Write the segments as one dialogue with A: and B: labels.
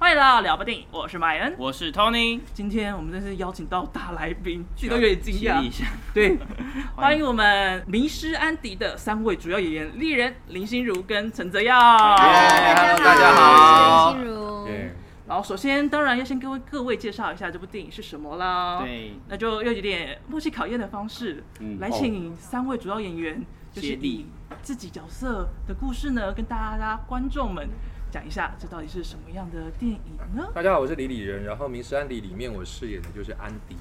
A: 来了，了不定，我是麦恩。
B: 我是 Tony，
A: 今天我们真是邀请到大来宾，自己都有点惊
B: 激励
A: 讶。
B: 一下，
A: 对，
B: 欢
A: 欢
B: 迎
A: 迎我们迷失安迪的三位主要演员：丽人、林心如跟陈泽耀。
B: 嗨
C: Hello，
B: 大家好
C: 我是林心如。
D: 嗯
E: 耶，
A: 然后首先，当然要先跟各位介绍一下这部电影是什么啦。，
B: 对，
A: 那就用有点默契考验的方式，
E: 嗯
A: 来请三位主要演员，就是
B: 接力
A: 以自己角色的故事呢，跟大家观众们讲一下，这到底是什么样的电影呢？
E: 大家好，我是李李仁，然后《明石安迪》里面我饰演的就是安迪，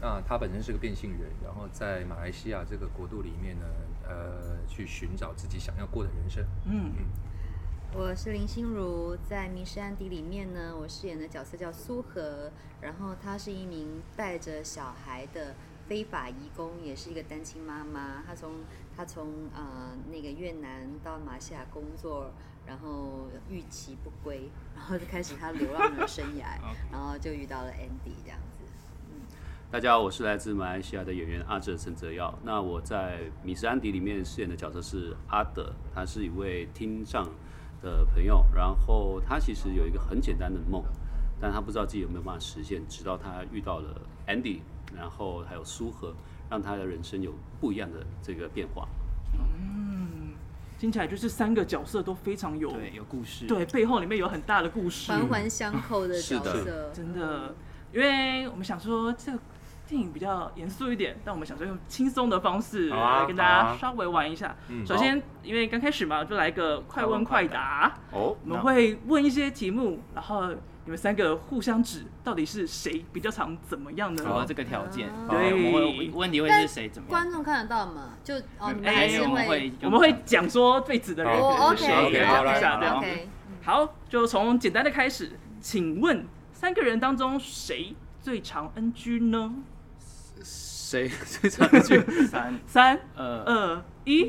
E: 那他本身是个变性人，然后在马来西亚这个国度里面呢，呃，去寻找自己想要过的人生。
A: 嗯，
C: 我是林心如，在《迷失安迪》里面呢，我饰演的角色叫苏荷，然后她是一名带着小孩的非法移工，也是一个单亲妈妈。她从她从呃那个越南到马来西亚工作，然后逾期不归，然后就开始她流浪的生涯
B: OK，
C: 然后就遇到了 Andy 这样子。
D: 大家好，我是来自马来西亚的演员阿哲陈泽耀。那我在《米斯安迪》里面饰演的角色是阿德，他是一位听障的朋友，然后他其实有一个很简单的梦，但他不知道自己有没有办法实现，直到他遇到了 Andy，然后还有苏荷，让他的人生有不一样的这个变化。
A: 听起来就是三个角色都非常有，
B: 对，有故事，
A: 对，背后里面有很大的故事，
C: 环环相扣的
D: 是
C: 角
D: 的
C: 色，
A: 真的，因为我们想说这个电影比较严肃一点，但我们想说用轻松的方式
E: 好啊
A: 来跟大家
E: 好啊
A: 稍微玩一下。
E: 嗯
A: 首先，因为刚开始嘛，就来个快问快答，
D: 哦，
A: 我们会问一些题目，然后你们三个互相指到底是谁比较常怎么样呢？
B: 符合这个条件，
C: 啊
B: 对，我们会
A: 对
B: 问题会是谁怎么样？
C: 观众看得到吗？就哦，你们
B: 哎
C: 还是
B: 我们
C: 会
B: 会。
A: 我们会讲说对指的人
C: 哦
A: 是谁，
C: ，OK，
E: OK，
A: 讲一
E: 好
A: 下
E: 来
A: 对。
B: 好
C: OK，
A: 好，就从简单的开始，请问三个人当中谁最常 NG 呢？
D: 谁 最常去？
B: 三
A: 三
D: 呃
B: 二
A: 二一，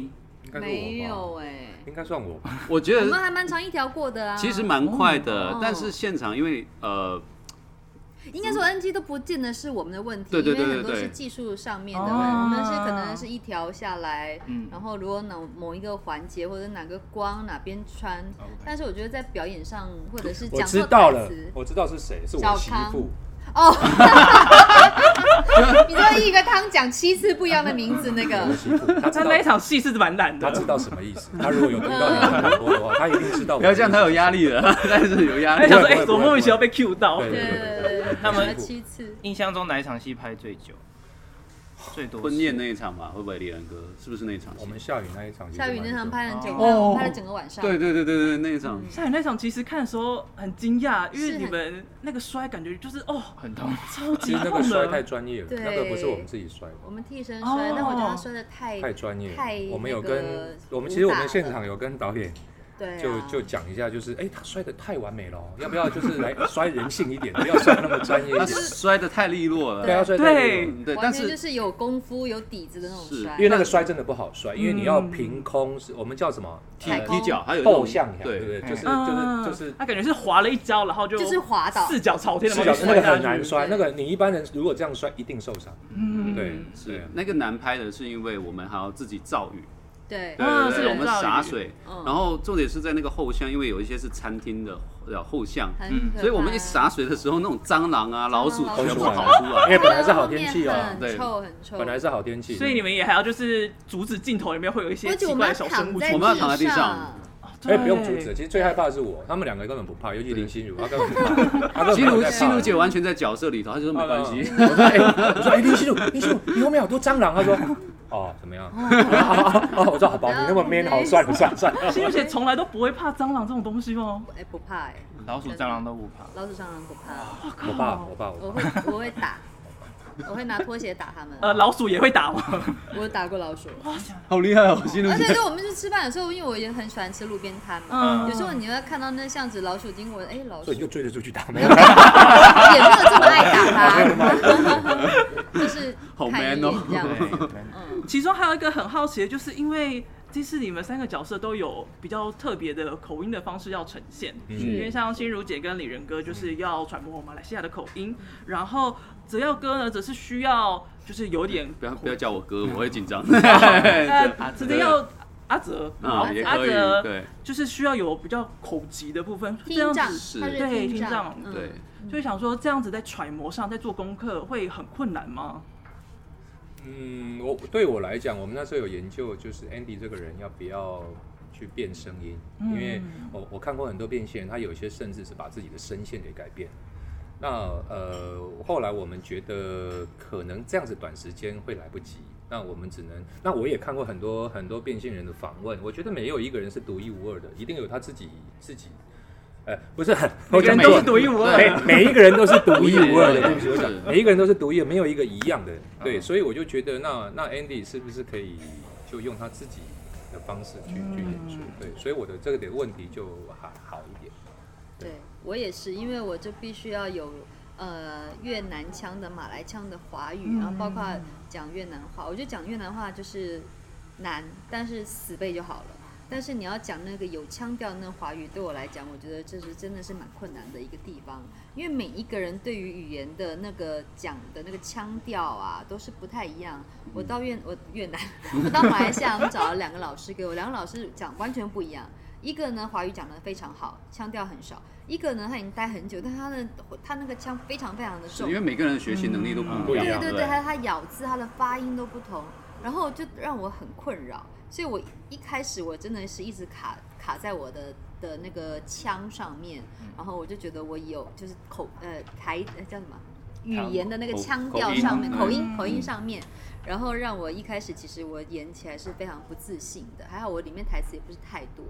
E: 应该是我吧
C: 没，有哎，
E: 应该算我吧。
D: 我觉
C: 我
D: 得
C: 们还蛮长一条过的啊。
D: 其实蛮快的，
C: 哦
D: 但是现场因为呃
C: 应该说 NG 都不见得是我们的问题，
D: 对对对
C: 因为很多
D: 对对
C: 是技术上面的，
A: 哦
C: 我们是可能是一条下来，
B: 嗯
C: 然后如果某某一个环节或者哪个光哪边穿，但是我觉得在表演上或者是
E: 我
C: 讲
E: 知
C: 错
E: 道
C: 台
E: 了
C: 词，
E: 我知道是谁，是
C: 小
E: 我媳
C: 康
E: 妇。
C: 哦，你说一个汤讲七次不一样的名字那
E: 我
C: 个。
E: 媳 妇，她知
A: 他
E: 道
A: 那一，场戏是蛮难
E: 她
A: 的，
E: 知道什么意思。她如果有听到你的广播的话，她一定知道。
D: 嗯不要这样，他有压。力了， 但是有压
A: 他
D: 力
A: 想。说，
E: 不会
A: 哎，
E: 不会
A: 怎么莫名其妙被 Q 到？
E: 对
C: 对对对对，
B: 那么
C: 讲了七次，
B: 印象中哪一场戏拍最久？最多
D: 婚宴那一场嘛，会不会李仁哥？是不是那一场戏？
E: 我们下雨那一场，
C: 夏雨那场，拍很久，
D: 哦
C: 拍了整个晚上。
D: 对对对对对，那一
C: 嗯
D: 场。
A: 下雨那场其实看的时候很惊讶，因
C: 是
A: 为
C: 很
A: 你们那个摔感觉就是哦，
B: 很 痛，
A: 超
E: 其
A: 级
E: 实那个
A: 痛
E: 摔太
A: 的，
E: 专业了，
C: 对
E: 那个不是我们自己摔的。
C: 我们替身
A: 哦
C: 摔，但我觉得他摔的太
E: 太专业了
C: 太。
E: 我们有
C: 那个
E: 跟我们
C: 武
E: 其实我
C: 打
E: 们现
C: 了
E: 场有跟导演
C: 对啊，
E: 就就讲一下，就是哎、他摔的太完美了哦，要不要就是来摔人性一点，不要摔那么专业一
D: 他
C: 哦
E: 点？
D: 摔得太利落
E: 对，
D: 了，
E: 要摔得太利
A: 对
E: 落
D: 嗯对，
C: 完
D: 但
C: 全就是是有功夫有底子的那种
D: 是
C: 摔，
E: 因为那个摔真的不好摔，因为你要
A: 嗯
E: 凭空，是我们叫什么？
D: 踢
C: 太
D: 踢脚，还有那
E: 后
D: 种
E: 向呀，对不
D: 对
E: 对？就是
A: 嗯
E: 就是就是
A: 他感觉是滑了一跤，然后就
C: 就是滑倒
A: 四脚朝天的
E: 四
A: 往
E: 角
A: 下
E: 是
A: 摔
E: 那个
A: 下
E: 很
A: 去
E: 难摔，
C: 对
E: 那个你一般人如果这样摔一定受伤。
A: 嗯
E: 对，对
D: 是那个难拍的，是因为我们还要自己造雨，
C: 对
D: 对
A: 嗯
D: 对
A: 是
D: 对，我们
A: 造雨
D: 洒水，
C: 嗯
D: 然后重点是在那个后巷，因为有一些是餐厅的呃后巷，
C: 很可怕
D: 所以我们一洒水的时候，那种蟑螂啊、老鼠
C: 蟑螂
D: 全部
E: 老鼠
D: 跑出来
C: 哦
E: 因。为本来是好天气
C: 后
E: 哦
C: 面，
D: 对
C: 很臭很臭，
E: 本来是好天气，
A: 所以你们也还要就是阻止镜头里面会有一些
C: 而
A: 奇
C: 且我
A: 怪的
C: 们要
A: 小生
C: 躺
A: 物出
C: 在
A: 现。
D: 我们要躺在地上
E: 哎不用阻止，其实最害怕的是我，他们两个根本不怕，尤其林心如，她根本 不怕，她根本
D: 心
E: 不
D: 如
E: 在怕
D: 心如姐完全在角色里头，她就说没关系，
E: 我说哎，我说哎，林心如，林心如，你后面好多蟑螂。他说 哦，怎么样？ 哦，我说好吧，你那么 man，好，算了算了 算了。
A: 心如姐从来都不会怕蟑螂这种东西哦。
C: 哎不怕哎，
B: 老鼠、蟑螂都不怕。
C: 老鼠蟑螂不怕，
E: 我爸，我爸，
C: 我
E: 我爸。
C: 会我会打，我会拿拖鞋打他们，
A: 呃，老鼠也会打吗？
C: 我有打过老鼠，
D: 好厉害哦，心如
C: 而
D: 姐
C: 且。对我们去吃饭的时候，因为我也很喜欢吃路边摊嘛。
A: 嗯，
C: 有时候你会看到那巷子老鼠经过，哎、老鼠
E: 所以
C: 也没
E: 你就追着出去打，没有？
C: 有这么爱打 它，就是
D: 好
C: 看
D: man
C: 一
D: 哦
C: 眼这样子。
A: 其中还有一个很好奇的，就是因为这次你们三个角色都有比较特别的口音的方式要呈现，
E: 嗯
A: 因为像心如姐跟李仁哥就是要揣摩马来西亚的口音，然后泽耀哥呢则是需要就是有点
D: 不要不要叫我哥，我会紧张。
A: 呃，
D: 对
A: 泽耀阿泽，
D: 啊、
A: 好
D: 也
A: 阿
D: 可以，
A: 泽
D: 对
A: 就是需要有比较口疾的部分，这
C: 听
A: 样
C: 障，
A: 子
D: 是
C: 他是
A: 对听
C: 障
A: 障，
C: 嗯
D: 对，
A: 就想说这样子在揣摩上，在做功课会很困难吗？
E: 嗯，我对我来讲，我们那时候有研究，就是 Andy 这个人要不要去变声音，因为我我看过很多变性人，他有些甚至是把自己的声线给改变。那呃，后来我们觉得可能这样子短时间会来不及，那我们只能，那我也看过很多很多变性人的访问，我觉得没有一个人是独一无二的，一定有他自己自己，呃，不是， 我
A: 每个
D: 哎
E: 讲
A: 人
E: 错
A: 都是独
E: 了
A: 一无二
E: 每
A: 的。
E: 每一个人都是独
C: 嗯
E: 一无二的，
D: 对
E: 对不起，我讲
D: 是
E: 每一个人都是独一，没有一个一样的。对，
B: 嗯
E: 所以我就觉得那那 Andy 是不是可以就用他自己的方式去、去演出？对，所以我的这个点问题就还好一点。
C: 对我也是，因为我就必须要有呃越南腔的、马来腔的华语，
A: 嗯
C: 然后包括讲越南话。我觉得讲越南话就是难，但是死背就好了。但是你要讲那个有腔调的那华语，对我来讲，我觉得这是真的是蛮困难的一个地方，因为每一个人对于语言的那个讲的那个腔调啊，都是不太一样。我到越 我越南，我到马来西亚，我们找了两个老师给我，两个老师讲完全不一样。一个呢华语讲的非常好，腔调很少；一个呢他已经待很久，但他的他那个腔非常非常的
D: 是
C: 重
D: 因，为每个人的学习能力都不
B: 不
D: 一
B: 一
D: 样，对
C: 对
B: 样
C: 嗯对
D: 不
C: 对，还有他咬字、他的发音都不同，然后就让我很困扰。所以我一开始我真的是一直卡卡在我的的那个腔上面，然后我就觉得我有就是口呃台呃叫什么语
B: 腔
C: 言的那个
D: 口
C: 腔
D: 口
C: 调
D: 音
C: 上面口
D: 嗯
C: 音口音上面，然后让我一开始其实我演起来是非常不自信的，还好我里面台词也不是太多。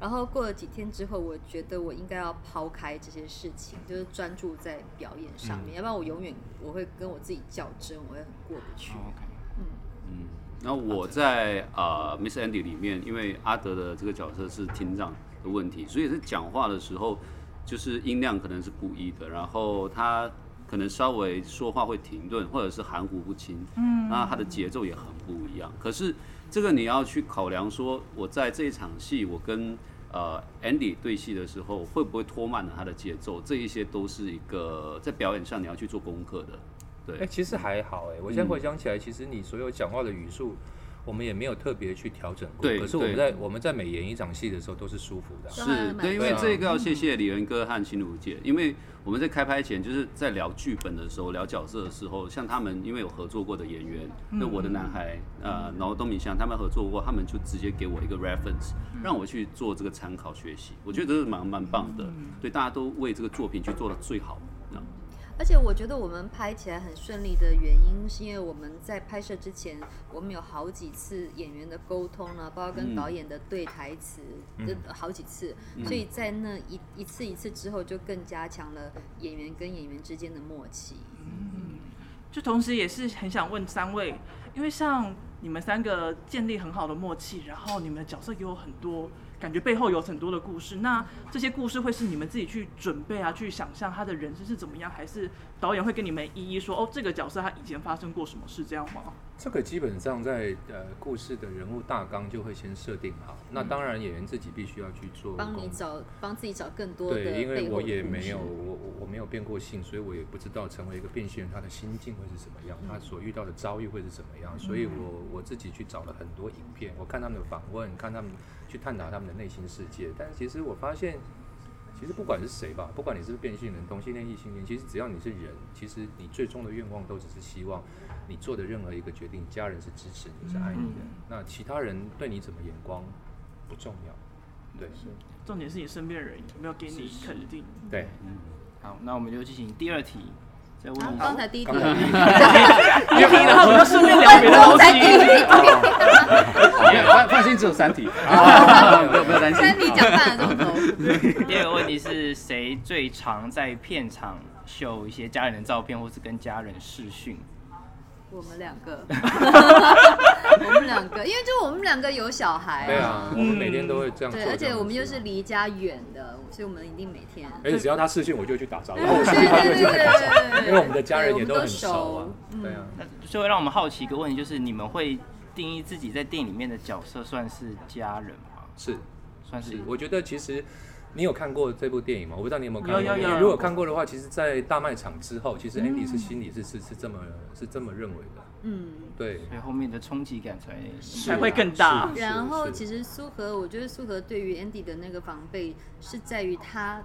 C: 然后过了几天之后，我觉得我应该要抛开这些事情，就是专注在表演上面，要不然我永远我会跟我自己较真，我会很过不去。
B: 哦，OK
D: 嗯，那我在呃 Miss Andy 里面，因为阿德的这个角色是听障的问题，所以在讲话的时候，就是音量可能是不一的，然后他可能稍微说话会停顿，或者是含糊不清，嗯，那他的节奏也很不一样。可是这个你要去考量说，我在这一场戏，我跟呃 Andy 对戏的时候，会不会拖慢了他的节奏？这一些都是一个在表演上你要去做功课的，
E: 哎、
D: 对，
E: 其实还好哎、我现在回想起来，其实你所有讲话的语速，我们也没有特别去调整过。
D: 对
E: 可是我们
D: 对
E: 在我们在每演一场戏的时候都是舒服的啊、
C: 是
D: 是
C: 蛮
D: 对，因为
E: 重要
D: 这个要谢谢李仁哥和新如姐，因为我们在开拍前就是在聊剧本的时候，聊角色的时候，像他们因为有合作过的演员，那我的男孩，呃，然后东明香他们合作过，他们就直接给我一个 reference，让我去做这个参考学习，我觉得这是蛮蛮棒的，对，大家都为这个作品去做到最好，那
C: 而且我觉得我们拍起来很顺利的原因，是因为我们在拍摄之前，我们有好几次演员的沟通啊，包括
E: 嗯
C: 跟导演的对台词，这好几次，所以在那一一次一次之后，就更加强了演员跟演员之间的默契。
A: 就同时也是很想问三位，因为像你们三个建立很好的默契，然后你们的角色也有很多，感觉背后有很多的故事。那这些故事会是你们自己去准备啊，去想象他的人生是怎么样，还是导演会跟你们一一说哦，这个角色他以前发生过什么事这样吗？
E: 这个基本上在呃故事的人物大纲就会先设定好，那当然演员自己必须要去做
C: 帮你
E: 功课
C: 找，帮自己找更多的
E: 对，因为
C: 背后
E: 我
C: 的
E: 也
C: 故
E: 没
C: 事
E: 有，我我我没有变过性，所以我也不知道成为一个变性人他的心境会是怎么样，
C: 嗯
E: 他所遇到的遭遇会是怎么样，所以我我自己去找了很多影片，我看他们的访问，看他们去探讨他们的内心世界，但其实我发现。其实不管是谁吧，不管你是不是变性人、同性恋、异性恋，其实只要你是人，其实你最终的愿望都只是希望你做的任何一个决定，家人是支持你、是爱你
C: 嗯
E: 的。那其他人对你怎么眼光不重要，对
A: 重点是你身边的人有没有给你肯 定。
E: 对。
B: 好，那我们就进行第二题，再问
C: 啊，
B: 一下
C: 刚才第一题
E: 刚，才
A: 一
D: 啊
A: 题，然后我们就顺便聊别的东
C: 才第一
A: 西。
C: 题，
D: 没有放放心，只有三题，不要不要担 心，
C: 三题讲半个钟头，
B: 第二个问题是谁最常在片场秀一些家人的照片，或是跟家人视讯？
C: 我们两个， 我们两个，因为就我们两个有小孩、
E: 对啊，我们每天都会这样做。
C: 对，而且我们又是，离家远的，所以我们一定每天。
E: 而且只要他视讯，我就去打招 呼，
C: 对
E: 然后我视讯他就去打招呼，因为我们的家人也
C: 都
E: 很熟啊。
C: 嗯
E: 对啊，
B: 那就会让我们好奇一个问题，就是你们会定义自己在电影里面的角色算是家人吗？
E: 是
B: 算是
E: 是，我觉得其实你有看过这部电影吗？我不知道你有没有看过。
A: 有有有
E: 如果看过的话，其实，在大卖场之后，其实 Andy 是心里是是是这么是这么认为的。
C: 嗯。
E: 对，
B: 所以后面的冲击感才
A: 才会更
D: 啊
A: 大
E: 是
C: 然后
E: 是
C: 其实苏荷，我觉得苏荷对于 Andy 的那个防备是在于他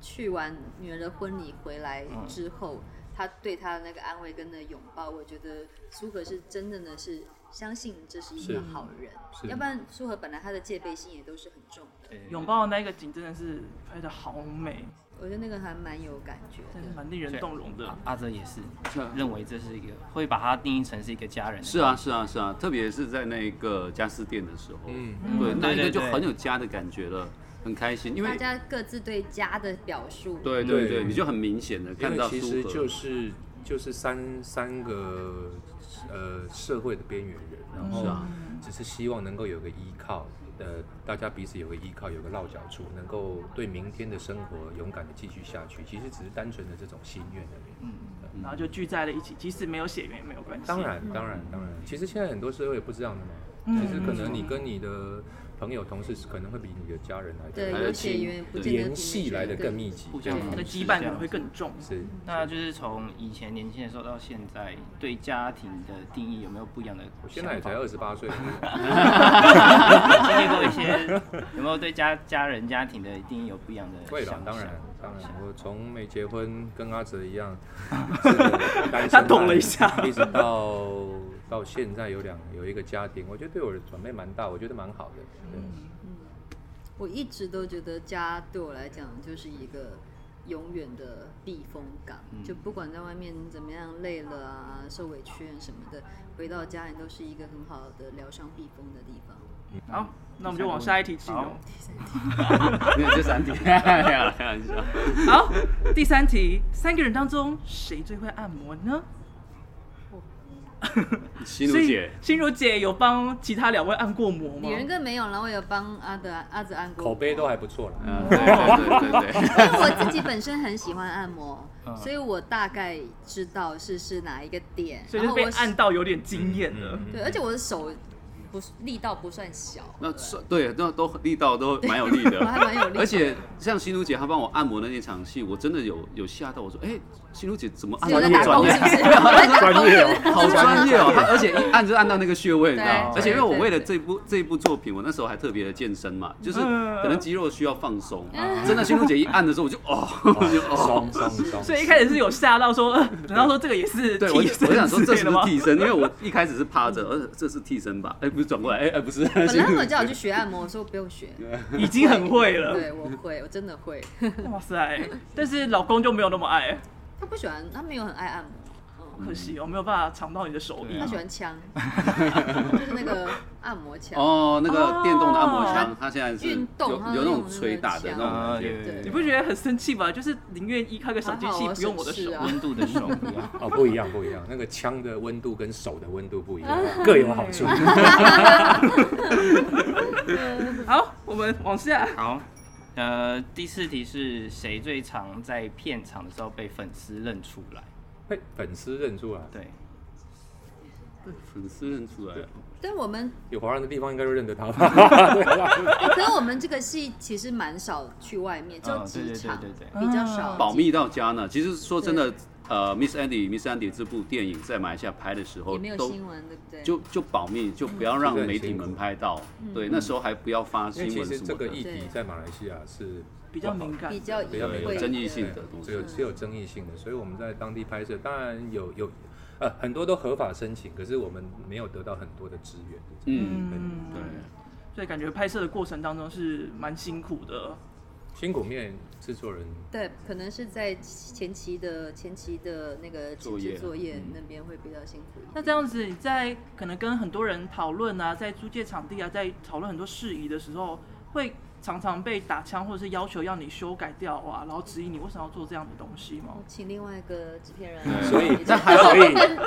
C: 去完女儿的婚礼回来之后，他对他的那个安慰跟那拥抱，我觉得苏荷是真正的是相信这是一
E: 是
C: 个好人，
E: 是
C: 要不然苏荷本来他的戒备心也都是很重的，
B: 对
A: 拥。抱的那个景真的是拍的好美，
C: 我觉得那个还蛮有感觉
A: 真是
C: 的。
A: 蛮令人动容的
B: 阿。阿哲也是
D: 是啊
B: 认为这是一个会把它定义成是一个家人。
D: 是啊，，是啊，是啊，特别是在那个家私店的时候，
E: 嗯，
D: 对，那一
B: 对对
D: 个就
B: 对
D: 很有家的感觉了，很开心，因为
C: 大家各自对家的表述，
D: 对对对，
E: 嗯
D: 你就很明显的
E: 因
D: 看
E: 为
D: 到
E: 其
D: 苏
E: 实
D: 荷
E: 就是就是三三个呃社会的边缘人，然后
D: 是啊
E: 只是希望能够有个依靠，呃，大家彼此有个依靠，有个落脚处，能够对明天的生活勇敢的继续下去。其实只是单纯的这种心愿而已。
D: 嗯
A: 然后就聚在了一起，即使没有血缘也没有关系。
E: 当然，当然，当然。其实现在很多社会也不是这样的嘛。
A: 嗯
E: 其实可能你跟你的朋友、同事，可能会比你的家人来
C: 对，
D: 还
E: 的
D: 有
C: 有
D: 亲
C: 血缘不见得
E: 联系来的更密集。
B: 互
E: 对
B: 相
A: 我们的
B: 扶
A: 羁绊
B: 持这
A: 可
B: 样
A: 能会更重。
E: 是，
B: 那就是从以前年轻的时候到现在，对家庭的定义有没有不一样的想法？
E: 我现在也才二十八岁，
B: 经历过一些， 有没有对家家人家庭的定义有不一样的
E: 会
B: 想
E: 了
B: 象？，
E: 当然，当然，我从没结婚，跟阿哲一 样，
A: 他懂了一下，
E: 一直到到现在有两有一个家庭，我觉得对我的转变蛮大，我觉得蛮好的。
A: 嗯
E: 对
C: 我一直都觉得家对我来讲就是一个永远的避风港，
E: 嗯
C: 就不管在外面怎么样累了啊、受委屈啊什么的，回到家里都是一个很好的疗伤避风的地方。
A: 好，那我们就往下一题进哦。
D: 没有这三点， 没有啦开玩笑。
A: 好，第三题，三个人当中谁最会按摩呢？
D: 西奴姐，
A: 心如姐有帮其他两位按过摩吗
C: 李？仁哥没有了，我有帮阿德阿泽按过摩
E: 口碑都 还不错啦。
D: 嗯，对对对对对，
C: 因为我自己本身很喜欢按摩，
B: 嗯
C: 所以我大概知道是是哪一个点，
A: 所以就
C: 然
A: 是
C: 后
A: 被
C: 我
A: 按到有点惊艳
E: 嗯
A: 了。
E: 嗯
C: 对，而且我的手不是力道不算小，
D: 那是对，那都力道都蛮有力的，
C: 还 蛮有力
D: 而且像心如姐她帮我按摩的那场戏，我真的有有吓到，我说，哎，心如姐怎么按
C: 只有
D: 摩那
C: 在
D: 么专
C: 打工
D: 业
C: 是？不是？我在打工是不是
D: 好专业哦！他而且一按就按到那个穴位，你知道吗？
C: 对
D: 而且因为我
C: 对
D: 为了这部这部作品，我那时候还特别的健身嘛，就是
A: 嗯
D: 可能肌肉需要放松。
C: 嗯
D: 真的，心如姐一按的时候，我就哦，我 就哦，
E: 松松松，
A: 所以一开始是有吓到 说，呃难道说这个也是
D: 对我
A: 替
D: 就
A: 身
D: 我想说
A: 之
D: 这
A: 类
D: 是
A: 的
D: 不
A: 吗
D: 是？替身？因为我一开始是趴着，而这是替身吧？哎，不是转过来，哎哎不是。
C: 本来 我叫我去学按摩，我说我不用学，
A: 已经很会了。
C: 对我会，我真的会。
A: 哇塞！但是老公就没有那么爱，
C: 他不喜欢，他没有很爱按摩，嗯
A: 好可惜我哦
D: 嗯
A: 没有办法尝到你的手艺
B: 对
C: 他
B: 啊。
C: 喜欢枪，就是那个按摩枪。
D: 哦，那个电动的按摩
A: 哦
D: 枪，它现在是
C: 运动
D: 有
C: 它
D: 有那
C: 用
D: 种
C: 那个
D: 捶打的那种
B: 枪
D: 感
B: 啊
D: 觉
B: 对。
A: 你不觉得很生气吗？就是宁愿依靠个小机
C: 还
A: 器
C: 好，啊
A: 不用我的
C: 省
A: 手
C: 事。啊
B: 温度的手不一 样。
E: 哦，不一样，不一样。那个枪的温度跟手的温度不一样，
A: 啊
E: 各有好处。
A: 好，我们往下。
B: 好，呃，第四题是谁最常在片场的时候被粉丝认出来？
E: 被粉丝认出来，
B: 对，
D: 粉丝认出来了，
C: 但我们，
E: 有华人的地方应该都认得他吧？ 对 啊吧？
C: 哎可是我们这个戏其实蛮少去外面，就
B: 嗯对
C: 几
B: 对
C: 场
B: 对对
A: 对
C: 比较少。
D: 保密到家呢。其实说真的，呃，Miss Andy Miss Andy 这部电影在马来西亚拍的时候
C: 也没有
D: 都
C: 新闻，对不对？
D: 就就保密，就不要让
E: 嗯
D: 媒体们拍到。
C: 嗯
D: 对，那时候还不要发
E: 因
D: 新
E: 为其
D: 闻
E: 实
D: 什
E: 这
D: 么
E: 个
D: 的。
E: 议题
C: 对
E: 在马来西亚是
A: 比较敏感，
C: 比较
E: 比较没
C: 隐
E: 有
C: 晦
D: 争议
C: 的
D: 性
E: 对
D: 的东西
E: 只有只有争议性的，所以我们在当地拍摄，当然有有呃很多都合法申请，可是我们没有得到很多的资源。
D: 嗯，
A: 嗯，
D: 对，
A: 所以感觉拍摄的过程当中是蛮辛苦的。
E: 辛苦面制作人
C: 对，可能是在前期的前期的那个前
D: 作
C: 置
D: 业
C: 作业
D: 嗯
C: 那边会比较辛苦一
A: 那
C: 点。
A: 这样子，你在可能跟很多人讨论啊，在租借场地啊，在讨论很多事宜的时候，会常常被打枪，或者是要求要你修改掉啊，然后质疑你为什么要做这样的东西吗
C: 我？请另外一个制片人，
E: 所以
C: 那
E: 所